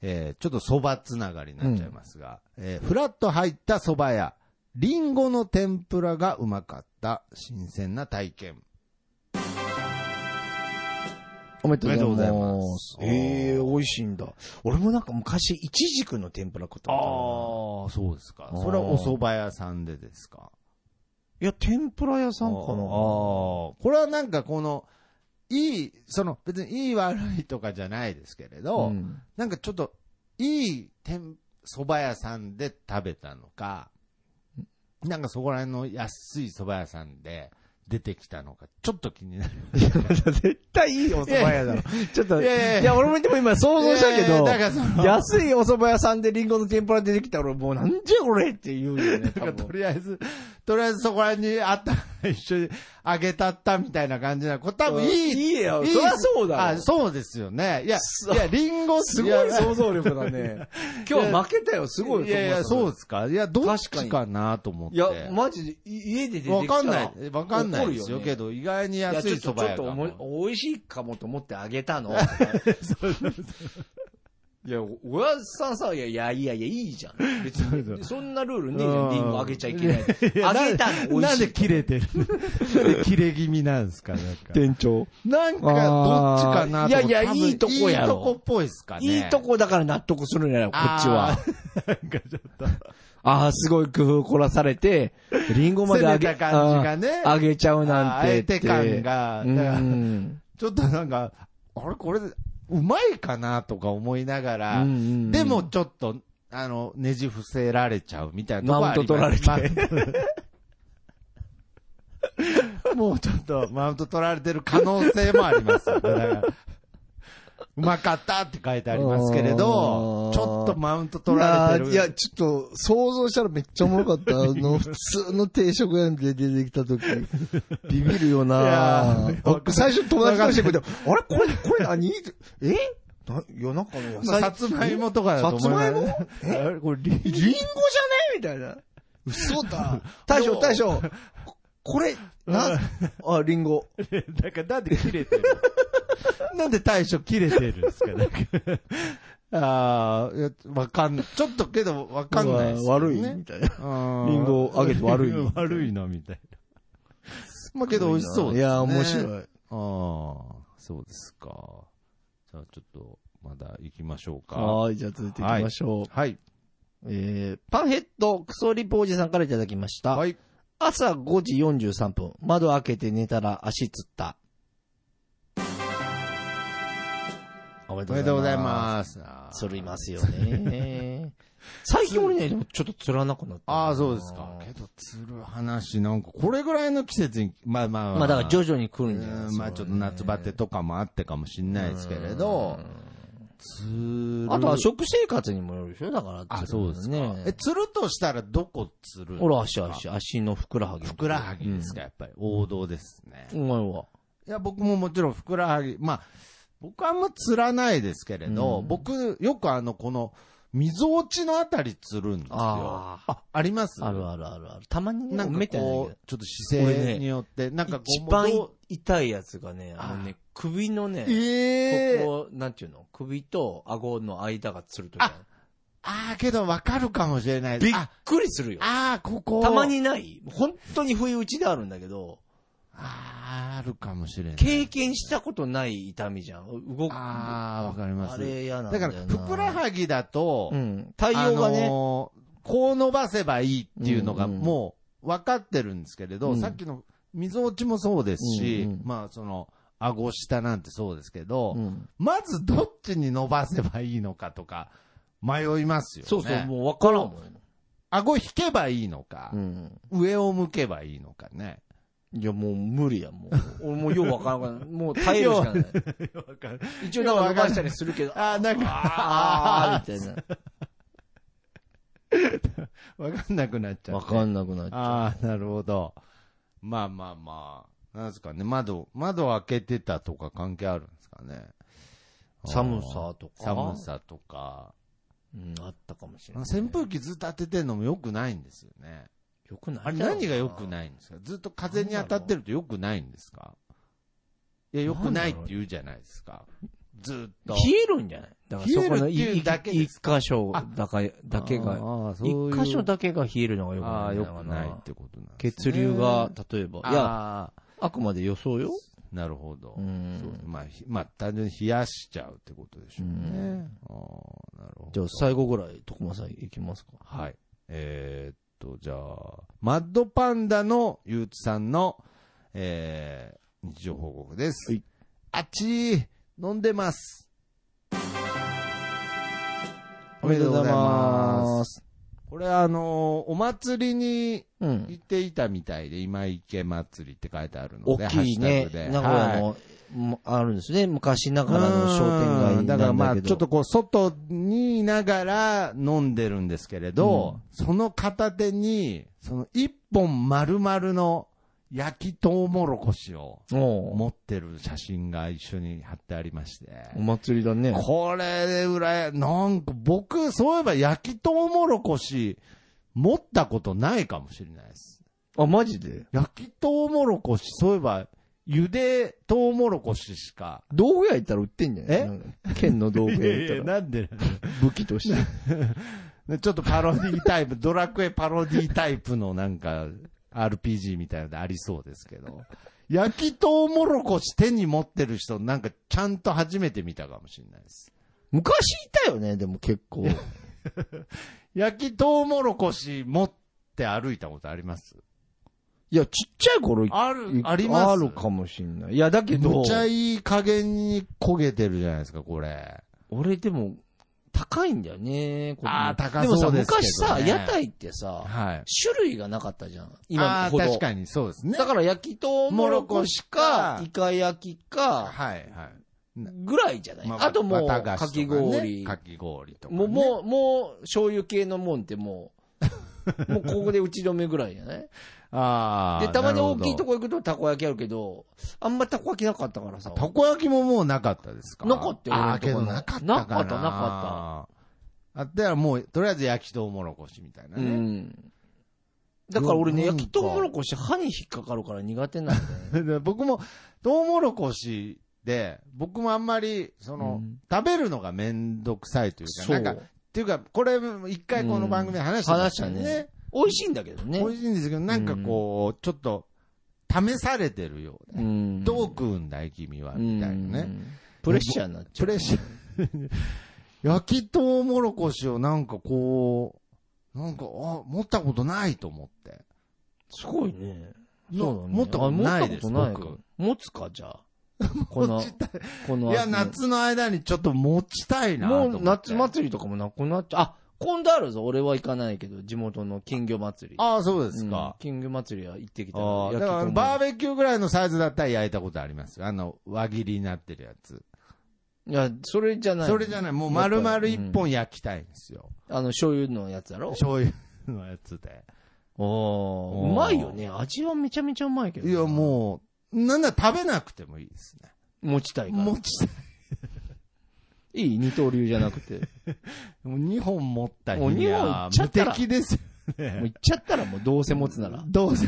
Speaker 2: えーちょっと蕎麦つながりになっちゃいますが、えーフラッと入った蕎麦屋、リンゴの天ぷらがうまかった新鮮な体験。
Speaker 1: おめでとうござい
Speaker 2: おめでとうござい
Speaker 1: ま
Speaker 2: ますす。
Speaker 1: ええ、美味しいんだ。俺もなんか昔、イチジクの天ぷら食ったこ
Speaker 2: あ、そうですか
Speaker 1: あー
Speaker 2: それはお蕎麦屋さんでですか
Speaker 1: とあるな。いや、天ぷら屋さん
Speaker 2: あ
Speaker 1: か
Speaker 2: ー
Speaker 1: な。
Speaker 2: これはなんかこの、いい、その、別にいい悪いとかじゃないですけれど、
Speaker 1: うん
Speaker 2: なんかちょっと、いい天、蕎麦屋さんで食べたのか、なんかそこら辺の安い蕎麦屋さんで出てきたのか、ちょっと気になる。
Speaker 1: 絶対いいお蕎麦屋だろ。ちょっと、
Speaker 2: い
Speaker 1: い
Speaker 2: やいやいや
Speaker 1: や、俺もでも今想像したけ
Speaker 2: えー
Speaker 1: ど、
Speaker 2: だからその、
Speaker 1: 安いお蕎麦屋さんでリンゴの天ぷら出てきたら俺もうなんじゃこれって言うよね。
Speaker 2: だから
Speaker 1: 多
Speaker 2: と
Speaker 1: 分
Speaker 2: りあえず、とりあえずそこら辺にあった、一緒にあげたったみたいな感じな、これ多分いい。
Speaker 1: いいよ。
Speaker 2: いい
Speaker 1: そりゃそうだ
Speaker 2: あ、
Speaker 1: ろ。
Speaker 2: そうですよね。いや、
Speaker 1: そう
Speaker 2: いや、リンゴ
Speaker 1: す ごい想像力だね。今日は負けたよ。すごい。
Speaker 2: いやいや、
Speaker 1: そ
Speaker 2: そう
Speaker 1: う
Speaker 2: ですか。いや、どっち
Speaker 1: 確かに
Speaker 2: かなと思って。
Speaker 1: いや、マジで、い家で出てきたら
Speaker 2: わかんない。わかんないですよ
Speaker 1: 怒るね
Speaker 2: けど、意外に
Speaker 1: いやち
Speaker 2: 安い
Speaker 1: ょっと
Speaker 2: 蕎麦屋
Speaker 1: ちょ
Speaker 2: が
Speaker 1: っ
Speaker 2: もう。
Speaker 1: とおも美味しいかもと思ってあげ たの。いや、おおやじさんさ、いやいやいやいや、いいじゃん。別に、そんなルールねえじゃ
Speaker 2: うん
Speaker 1: ん。リンゴあげちゃいけない
Speaker 2: いや
Speaker 1: の。あげたの、美
Speaker 2: な
Speaker 1: 味
Speaker 2: ん
Speaker 1: し
Speaker 2: で
Speaker 1: い。
Speaker 2: 切れてるなんで切れ気味なんですかなんか。
Speaker 1: 店長。
Speaker 2: なんか、どっちかなと思
Speaker 1: あ
Speaker 2: って
Speaker 1: ーいやいや
Speaker 2: 多分
Speaker 1: いいとこやろ
Speaker 2: いいとこっぽいですかね。
Speaker 1: いいとこだから納得するんだよ、こっち
Speaker 2: あ
Speaker 1: は。
Speaker 2: ー。なんかちょっと。
Speaker 1: ああ、すごい工夫凝らされて、リンゴまであげ、
Speaker 2: 攻めた感じがね
Speaker 1: あーあげちゃうなん
Speaker 2: あ
Speaker 1: て
Speaker 2: え
Speaker 1: って。
Speaker 2: て感が、
Speaker 1: う
Speaker 2: だから
Speaker 1: ん。
Speaker 2: ちょっとなんか、あれこれ、うまいかなとか思いながら、
Speaker 1: うんうんうん
Speaker 2: でもちょっと、あの、ねじ伏せられちゃうみたいなとこ
Speaker 1: マウント取られて
Speaker 2: ありますマウント もうちょっと、マウント取られてる可能性もありますよね。だからうまかったって書いてありますけれ
Speaker 1: あ
Speaker 2: ど
Speaker 1: ー、
Speaker 2: ちょっとマウント取られてる。
Speaker 3: いや、ちょっと、想像したらめっちゃおもろか った。あの、普通の定食屋で出てきた時、ビビるよ
Speaker 2: いや
Speaker 3: な
Speaker 2: ー
Speaker 3: 僕最初友達としてくれて、あれこれ、これ何えないや、なんかね野
Speaker 2: まあ
Speaker 3: 菜、
Speaker 2: さつまいもとかだと思いますね。あれこれ、リン
Speaker 3: リンゴじゃねみたいな。嘘だ。大
Speaker 2: ど
Speaker 3: 将、
Speaker 2: う
Speaker 3: 大将、ここれ、な、あ、リン ゴ。
Speaker 2: だからなんで切れてるなんで対処切れてるんですかなんかああ、いやわかんない。ちょっとけどわかんないです、ね。
Speaker 3: 悪いみたいな。
Speaker 2: うん。
Speaker 3: リンゴあげて悪い
Speaker 2: 悪いな、みたい な。まあけど美味しそう
Speaker 3: い
Speaker 2: ですね。
Speaker 3: や、面白い。
Speaker 2: ああ、そうですか。じゃあちょっと、まだ行きましょうか。
Speaker 1: はーい、じゃあ続いていきましょう。
Speaker 2: はい。
Speaker 1: えーパンヘッドクソリポおじさんからいただきました。
Speaker 2: はい。
Speaker 1: 朝5時43分、窓開けて寝たら足つった。おめ
Speaker 2: おめでとうございます。あー
Speaker 1: つりますよね。 最近俺ね、でもちょっとつらなくなった。
Speaker 2: ああ、そうですか。けど、つる話、なんか、これぐらいの季節に、まあまあ
Speaker 1: まあだから徐々に来るんじゃないです
Speaker 2: うん
Speaker 1: か。
Speaker 2: まあちょっと夏バテとかもあってかもしんないですけれど、つる。
Speaker 1: あとは食生活にもよるでしょだから、
Speaker 2: あ、そうですね。え、
Speaker 1: え、
Speaker 2: つるとしたらどこつる
Speaker 1: ほら、足、足、足のふくらはぎ。
Speaker 2: ふくらはぎですか、やっぱり。王道ですね。
Speaker 1: お前は。
Speaker 2: いや、僕ももちろんふくらはぎ、まあ、僕はあんまつらないですけれど、
Speaker 1: うん
Speaker 2: 僕、よくあの、この、みぞおちのあたりつるんですよ。
Speaker 1: あ
Speaker 2: あ、あります
Speaker 1: あるあるあるある。たまにね、
Speaker 2: なんか
Speaker 1: めったにない
Speaker 2: こ
Speaker 1: け
Speaker 2: う
Speaker 1: ど、
Speaker 2: ちょっと姿勢によって、なんかこう、
Speaker 1: 一番
Speaker 2: もう
Speaker 1: 痛いやつがね、あのね、首のね、
Speaker 2: ええ
Speaker 1: ここ、なんていうの首と顎の間がつるときある
Speaker 2: ああ、けどわかるかもしれない。
Speaker 1: びっ
Speaker 2: あ、
Speaker 1: くりするよ。
Speaker 2: あーここ。
Speaker 1: たま。にない本当に不意打ちであるんだけど、
Speaker 2: あーあるかもしれない。
Speaker 1: 経験したことない痛みじゃん。動く。あ
Speaker 2: ああ、わかります。
Speaker 1: れ嫌なんだ
Speaker 2: だか
Speaker 1: よ
Speaker 2: ら、
Speaker 1: な。
Speaker 2: ふくらはぎだと、
Speaker 1: うん。対
Speaker 2: あ
Speaker 1: 応がね、
Speaker 2: のーこう伸ばせばいいっていうのが
Speaker 1: うんうん
Speaker 2: もう分かってるんですけれど、
Speaker 1: うん
Speaker 2: さっきの溝落ちもそうですし、
Speaker 1: うんうん
Speaker 2: まあその、顎下なんてそうですけど、
Speaker 1: うん
Speaker 2: まずどっちに伸ばせばいいのかとか、迷いますよね。
Speaker 1: そうそう、もうわからんもん。
Speaker 2: 顎引けばいいのか、
Speaker 1: うん。
Speaker 2: 上を向けばいいのか ね。
Speaker 1: いや、もう無理や、もう。俺もうようわからんから、もう耐えるし かない。一応なんか伸ばしたりするけど、
Speaker 2: あー、なんか、
Speaker 1: あーみたい
Speaker 2: わかんなくなっちゃ
Speaker 1: な。
Speaker 2: う。
Speaker 1: わかんなくなっちゃ
Speaker 2: ああ、なるほど。まあまあまあ。なんですかね、窓、窓開けてたとか関係あるんですかね。
Speaker 1: う。寒さとか。
Speaker 2: 寒。さとか。
Speaker 1: うん、あったかもしれない。
Speaker 2: 扇風機ずっと当ててるのも良くないんですよね。
Speaker 1: よくない
Speaker 2: あれ何が良くないんですかずっと風に当たってると良くないんですかいや、良くないって言うじゃないですか。ずっと。
Speaker 1: 冷えるんじゃないだからそこの
Speaker 2: 冷えるっていう
Speaker 1: いい
Speaker 2: だけで
Speaker 1: 一
Speaker 2: す
Speaker 1: 箇所
Speaker 2: あ
Speaker 1: だかだけ
Speaker 2: あ
Speaker 1: が、
Speaker 2: ーそういう
Speaker 1: 一箇所だけが冷えるのがよくない
Speaker 2: ああ、
Speaker 1: ん
Speaker 2: 良
Speaker 1: じゃ
Speaker 2: く
Speaker 1: な
Speaker 2: ない
Speaker 1: か
Speaker 2: い
Speaker 1: な
Speaker 2: ってことなんです
Speaker 1: 血
Speaker 2: ね
Speaker 1: 流が、例えば、いや、
Speaker 2: あ
Speaker 1: あくまで予想よ。
Speaker 2: あ、なるほど。
Speaker 1: うん
Speaker 2: そうまあ、ひまあ、単純に冷やしちゃうってことでしょうね。ああ、なるほ
Speaker 1: じゃ
Speaker 2: ど。
Speaker 1: あ最後ぐらい、徳間さんいきますか。
Speaker 2: はい。えーっと、じゃあ、マッドパンダのゆうつさんの、えー、日常報告です。
Speaker 1: はい
Speaker 2: あっちー、飲んでます。
Speaker 1: おめでとうございます。
Speaker 2: これあのーお祭りに
Speaker 1: うん。
Speaker 2: 行っていたみたいで、今池祭りって書いてあるので、
Speaker 1: 大きいね
Speaker 2: ハッシュタグ、で
Speaker 1: 名古屋
Speaker 2: はい
Speaker 1: の、もあるんですね。昔ながらの商店街なんだけど。
Speaker 2: だからまあ、ちょっとこう、外にいながら飲んでるんですけれど、その片手に、その一本丸々の焼きとうもろこしを
Speaker 1: おう、
Speaker 2: 持ってる写真が一緒に貼ってありまして。
Speaker 1: お祭りだね。
Speaker 2: これ、うらや、なんか僕、そういえば焼きとうもろこし、持ったことないかもしれないです。
Speaker 1: あ、マジで
Speaker 2: 焼きとうもろこし、そういえば、茹でとうもろこししか。
Speaker 1: 道具屋行ったら売ってんじゃない
Speaker 2: え
Speaker 1: なんか剣の道具屋行ったら、
Speaker 2: なんで
Speaker 1: 武器として。
Speaker 2: ねちょっとパロディタイプ、ドラクエパロディタイプのなんか、RPG みたいなのでありそうですけど。焼きとうもろこし手に持ってる人、なんかちゃんと初めて見たかもしれないです。
Speaker 1: 昔いたよね、でも結構。
Speaker 2: 焼きとうもろこし持って歩いたことあります
Speaker 1: いや、ちっちゃい頃、
Speaker 2: ある
Speaker 1: い、
Speaker 2: あります
Speaker 1: あるかもしんない。いや、だけ
Speaker 2: め
Speaker 1: ど
Speaker 2: っ、ちゃいい加減に焦げてるじゃないですか、これ。
Speaker 1: 俺でも、高いんだよね。これ
Speaker 2: あー高そうですけどね
Speaker 1: もさ、昔さ、屋台ってさ、
Speaker 2: はい。
Speaker 1: 種類がなかったじゃん。今
Speaker 2: あ
Speaker 1: ほ
Speaker 2: ー
Speaker 1: ど。
Speaker 2: 確かにそうですね。
Speaker 1: だから焼きとうもろこしか
Speaker 2: もろこしか、
Speaker 1: イカ焼きか、
Speaker 2: はい、はい。
Speaker 1: ぐらいじゃない、
Speaker 2: ま
Speaker 1: あともう、
Speaker 2: 綿菓
Speaker 1: か
Speaker 2: 子
Speaker 1: き
Speaker 2: とね
Speaker 1: 氷。
Speaker 2: かき氷とか、ね。
Speaker 1: もう、もう、もう、醤油系のもんっても う、もうここで打ち止めぐらいじゃない
Speaker 2: ああ。
Speaker 1: で、たまに大きいと
Speaker 2: こ。
Speaker 1: こ行くとたこ焼きあるけど、あんまたこ焼きなかったからさ。
Speaker 2: たこ焼きももうなかったですか
Speaker 1: なかったよ
Speaker 2: ああ、け
Speaker 1: 俺の
Speaker 2: ど
Speaker 1: とこ
Speaker 2: なかったかな。
Speaker 1: なかったなか
Speaker 2: った。あったらもう、とりあえず焼きとうもろこしみたいな
Speaker 1: う
Speaker 2: ね。
Speaker 1: ん。だから俺ね、
Speaker 2: なんか
Speaker 1: 焼きとうもろこし歯に引っかかるから苦手なんだよね。
Speaker 2: で僕も、トウモロコシで、僕もあんまり、その、
Speaker 1: うん
Speaker 2: 食べるのがめんどくさいというか、
Speaker 1: そう。
Speaker 2: なんか、っていうか、これ、一回この番組で話してましたよ
Speaker 1: うん話した
Speaker 2: ね。
Speaker 1: 美味しいんだけどね。
Speaker 2: 美味しいんですけど、なんかこう、ちょっと、試されてるような。
Speaker 1: うん
Speaker 2: どう食うんだい、君は、みたいな
Speaker 1: う
Speaker 2: ね。
Speaker 1: んプレッシャーになっちゃ
Speaker 2: プ
Speaker 1: う。
Speaker 2: レッシャー。 焼きとうもろこしをなんかこう、なんか、あ、持ったことないと思って。
Speaker 1: すごいね。
Speaker 2: な
Speaker 1: そうだね。
Speaker 2: 持ったことないです
Speaker 1: あ持ったことない
Speaker 2: 僕
Speaker 1: 持つか、じゃあ。こ の、この
Speaker 2: い
Speaker 1: 秋の。
Speaker 2: や、夏の間にちょっと持ちたいなと思
Speaker 1: も
Speaker 2: って。
Speaker 1: う夏祭りとかもなくなっちゃう。あ、今度あるぞ。俺は行かないけど、地元の金魚祭り。
Speaker 2: ああ、そう
Speaker 1: う
Speaker 2: で
Speaker 1: ん、
Speaker 2: すか。
Speaker 1: 金魚祭りは行ってきた
Speaker 2: ああだからバーベキューぐらいのサイズだったら焼いたことありますよあの、輪切りになってるやつ。
Speaker 1: いや、それじゃない。
Speaker 2: それじゃない、もう丸々一本焼きたいんですよ。
Speaker 1: あの、醤油のやつだろ
Speaker 2: 醤油のやつで。
Speaker 1: おーうまいよね。味はめちゃめちゃうまいけど。
Speaker 2: いや、もう、なんなら食べなくてもいいですね。
Speaker 1: う。持ちたいから。
Speaker 2: 持ちた
Speaker 1: いい二刀流じゃなくて。 も
Speaker 2: い。もう2本持った日
Speaker 1: もう二
Speaker 2: に
Speaker 1: 本い
Speaker 2: は
Speaker 1: っちゃ
Speaker 2: 無
Speaker 1: ったら
Speaker 2: 敵です よ
Speaker 1: う行っちゃったらもうどうせ持つなら。
Speaker 2: どうせ。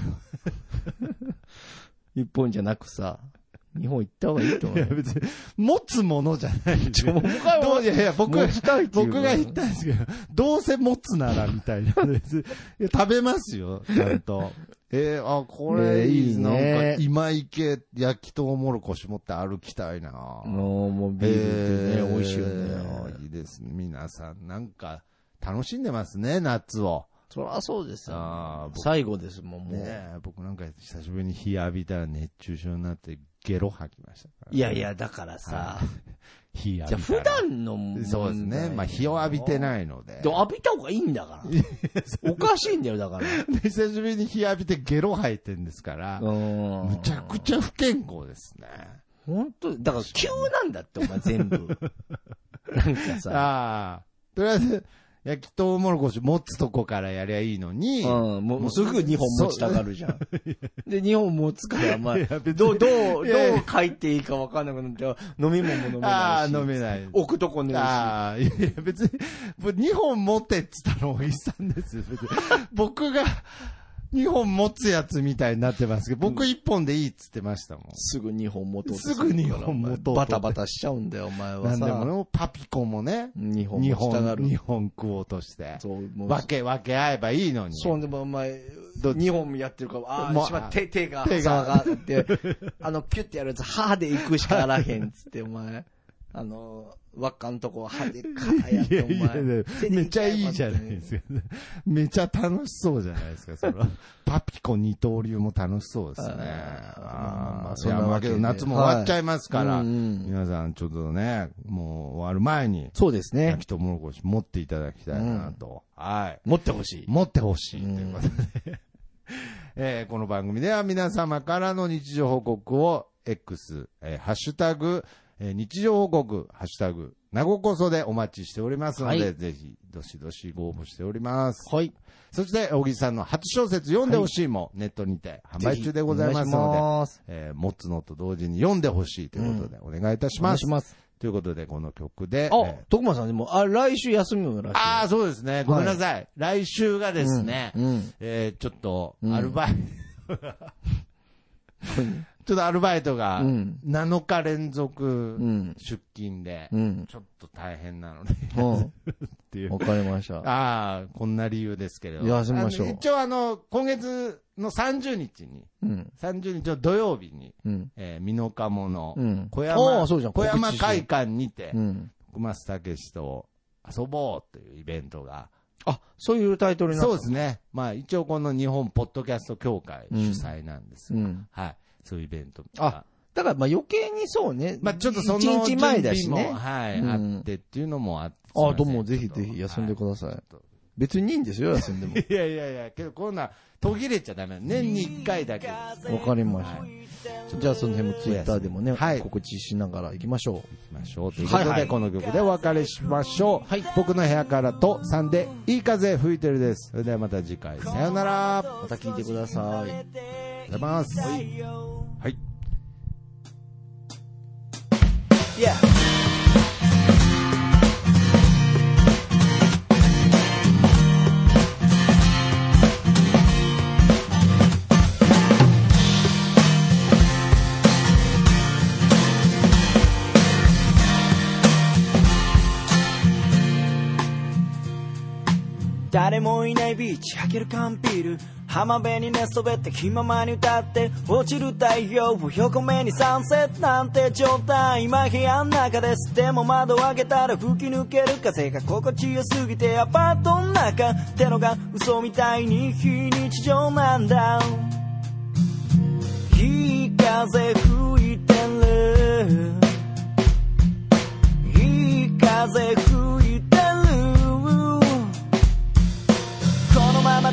Speaker 1: 一本じゃなくさ、日本行った方がいいと思う
Speaker 2: いや、
Speaker 1: よ。
Speaker 2: 別に、持つものじゃな いんで。
Speaker 1: もう僕は
Speaker 2: どういやいや、僕、
Speaker 1: 持ちたいっていう
Speaker 2: 僕が言ったんですけど、どうせ持つならみたいな。別にいや食べますよ、ちゃん と。えー、あ、これいいな。
Speaker 1: ねえいいね
Speaker 2: なんか、今池焼きとうもろこし持って歩きたいな。
Speaker 1: もうもうビールってね、美味しいよね。
Speaker 2: いいですね。皆さん、なんか、楽しんでますね、夏を。
Speaker 1: そりゃそうです
Speaker 2: あー
Speaker 1: よ。
Speaker 2: 僕
Speaker 1: 最後ですもん、も
Speaker 2: ね
Speaker 1: う。
Speaker 2: え僕なんか久しぶりに日浴びたら熱中症になってゲロ吐きましたから。
Speaker 1: いやいや、だからさ、
Speaker 2: 日浴び
Speaker 1: じ
Speaker 2: たら
Speaker 1: ゃあ普段の問題
Speaker 2: そうですね。まあ、日を浴びて
Speaker 1: い。
Speaker 2: ないので
Speaker 1: で。浴びた方がいいんだ から。おかしいんだよ、だから。
Speaker 2: 久しぶりに日浴びてゲロ吐いてんですから、む
Speaker 1: む
Speaker 2: ちゃくちゃ不健康ですね。
Speaker 1: 本当だから急なんだって、お前全部。 なんかさ、
Speaker 2: ああ。とりあえず、焼きとうもろこし持つとこからやりゃいいのに、
Speaker 1: うん、もうもうすぐ2本持ちたがるじゃん。で、2本持つから、お前、どう、どう、どう
Speaker 2: いやいや
Speaker 1: 書いていいか分かんなくなって、飲み物も飲め
Speaker 2: あ
Speaker 1: な
Speaker 2: あ、
Speaker 1: いし。
Speaker 2: 飲めない。
Speaker 1: 置くとこねえし。
Speaker 2: ああ、いやいや、別に、2本持ってっつったのおじさんですよ、別 に僕が2本持つやつみたいになってますけど、僕1本でいいっつってましたもん。
Speaker 1: すぐ2本持とうとる
Speaker 2: すぐ二本持とうと
Speaker 1: バタバタしちゃうんだよ、お前は
Speaker 2: なん
Speaker 1: さ。
Speaker 2: でもね、パピコもね、
Speaker 1: 2本
Speaker 2: 2
Speaker 1: 持ちたが
Speaker 2: 本、
Speaker 1: る。
Speaker 2: 二本食おうとして。
Speaker 1: そう、もう。
Speaker 2: 分け分け合えばいいのに。
Speaker 1: そう、でもお前、
Speaker 2: どっち
Speaker 1: 2本やってるから、あ
Speaker 2: も
Speaker 1: あ、
Speaker 2: う
Speaker 1: しまっ手、手が、
Speaker 2: 手が
Speaker 1: さあがって、あの、キュッてやるやつ、歯で行くしかあらへんっつって、お前。あの、輪っかのとこはでかやって、お
Speaker 2: いや
Speaker 1: 前
Speaker 2: い。や
Speaker 1: 手で
Speaker 2: めっちゃいいじゃないですか。めっちゃ楽しそうじゃないですか、それ は。パピコ二刀流も楽しそうですね。
Speaker 1: あー
Speaker 2: あ
Speaker 1: ま
Speaker 2: ー
Speaker 1: あ
Speaker 2: そ
Speaker 1: そん
Speaker 2: んな
Speaker 1: な
Speaker 2: わ
Speaker 1: わ
Speaker 2: け
Speaker 1: け
Speaker 2: で
Speaker 1: で
Speaker 2: 夏も終わっちゃいますか
Speaker 1: う
Speaker 2: ら
Speaker 1: ん、うん
Speaker 2: 皆さんちょっとね、もう終わる前に、
Speaker 1: そうですね
Speaker 2: 焼。きとうもろこし持っていただきたいなと。はい。
Speaker 1: 持ってほしい。
Speaker 2: 持ってほしいということで、 えーこの番組では皆様からの日常報告を X、えーハッシュタグ、えー日常報告、ハッシュタグ、名護こそでお待ちしておりますので、
Speaker 4: は
Speaker 2: ぜひ、どしどしご応募しております。
Speaker 4: はい。
Speaker 2: そして、小木さんの初小説、読んでほしいも、ネットにて販売中でございます
Speaker 1: お願
Speaker 2: ので、
Speaker 1: いします
Speaker 2: えー持つのと同時に読んでほしいということで、お願いいたし
Speaker 1: お願
Speaker 2: ま
Speaker 1: い
Speaker 2: す。
Speaker 1: します。
Speaker 2: ということで、この曲で、え
Speaker 1: あ
Speaker 2: ー、
Speaker 1: 徳間さんでも、あ、来週休みのらしい。
Speaker 2: ああ、そうですね。ごめんなさい。来週がですね、
Speaker 1: うん。
Speaker 2: えーちょっと、
Speaker 1: ん
Speaker 2: アル バイト、ちょっとアルバイトが
Speaker 1: うん
Speaker 2: 7日連
Speaker 1: う
Speaker 2: 続
Speaker 1: ん。
Speaker 2: 出勤で、
Speaker 1: うん。
Speaker 2: ちょっと大変なので、っ
Speaker 1: うん。
Speaker 2: ていう
Speaker 1: わ。かりました。
Speaker 2: ああ、こんな理由ですけれど。
Speaker 1: 休みましょう
Speaker 2: あの一応あの、今月の30日に、
Speaker 1: うん。
Speaker 2: 30日の土曜日に、
Speaker 1: うん。
Speaker 2: えー、美濃加茂の
Speaker 1: うん。
Speaker 2: 小
Speaker 1: あ
Speaker 2: 山、
Speaker 1: あそうじゃん
Speaker 2: 小山
Speaker 1: 告知して
Speaker 2: 会館にて
Speaker 1: う、ん。
Speaker 2: 福松武史と遊ぼうというイベントが、
Speaker 1: あ、そういうタイトルになっ
Speaker 2: そ
Speaker 1: た
Speaker 2: うですね。まあ一応この日本ポッドキャスト協会主催なんですが、
Speaker 1: うん
Speaker 2: はい。そういうイベント。
Speaker 1: あ、だから、まあ余計にそうね。
Speaker 2: まあちょっとその
Speaker 1: 一日前だし
Speaker 2: 準備も
Speaker 1: ね。
Speaker 2: はい、
Speaker 1: うん
Speaker 2: あってっていうのもあって。
Speaker 1: あ、
Speaker 2: す
Speaker 1: ど
Speaker 2: いうません
Speaker 1: も、ぜひぜひ休んでください。
Speaker 2: ちょっ
Speaker 1: 別にいいんですよ、休んで も。
Speaker 2: と いやいやいや、けどこんな途切れちゃダメ。年に1回だけですね。
Speaker 1: わかりました。じゃあ、その辺もツイッターでもね、
Speaker 2: はい
Speaker 1: 告知しながら行きましょう。
Speaker 2: 行きましょう。ということで、
Speaker 1: はいはい
Speaker 2: この曲でお別れしましょう。僕の部屋からと3でいい風吹いてるです。それではまた次回、さようなら。ありがとう
Speaker 1: また聞いてください。
Speaker 2: ございます。はい。
Speaker 5: 誰もいないビーチ開ける缶ビール浜辺に寝そべって気ままに歌って落ちる太陽を横目にサンセットなんて状態今部屋の中ですでも窓を開けたら吹き抜ける風が心地よすぎてアパートの中ってのが嘘みたいに非日常なんだいい風吹いてるいい風吹いてるこのまま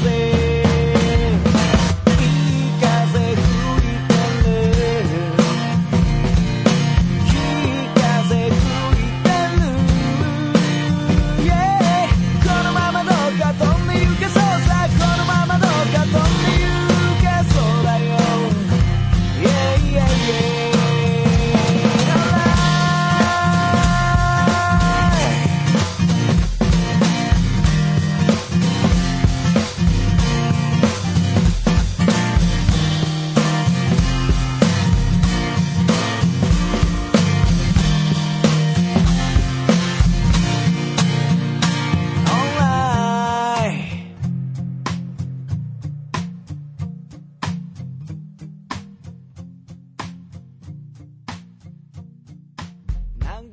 Speaker 5: うぜいい風吹いてるいい風吹いてる、yeah、このままどうか飛んで行けそうさこのままどうか飛んで行けそうだよ Yeah, yeah, yeah. Alright.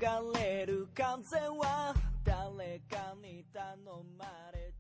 Speaker 5: 流れる風は誰かに頼まれて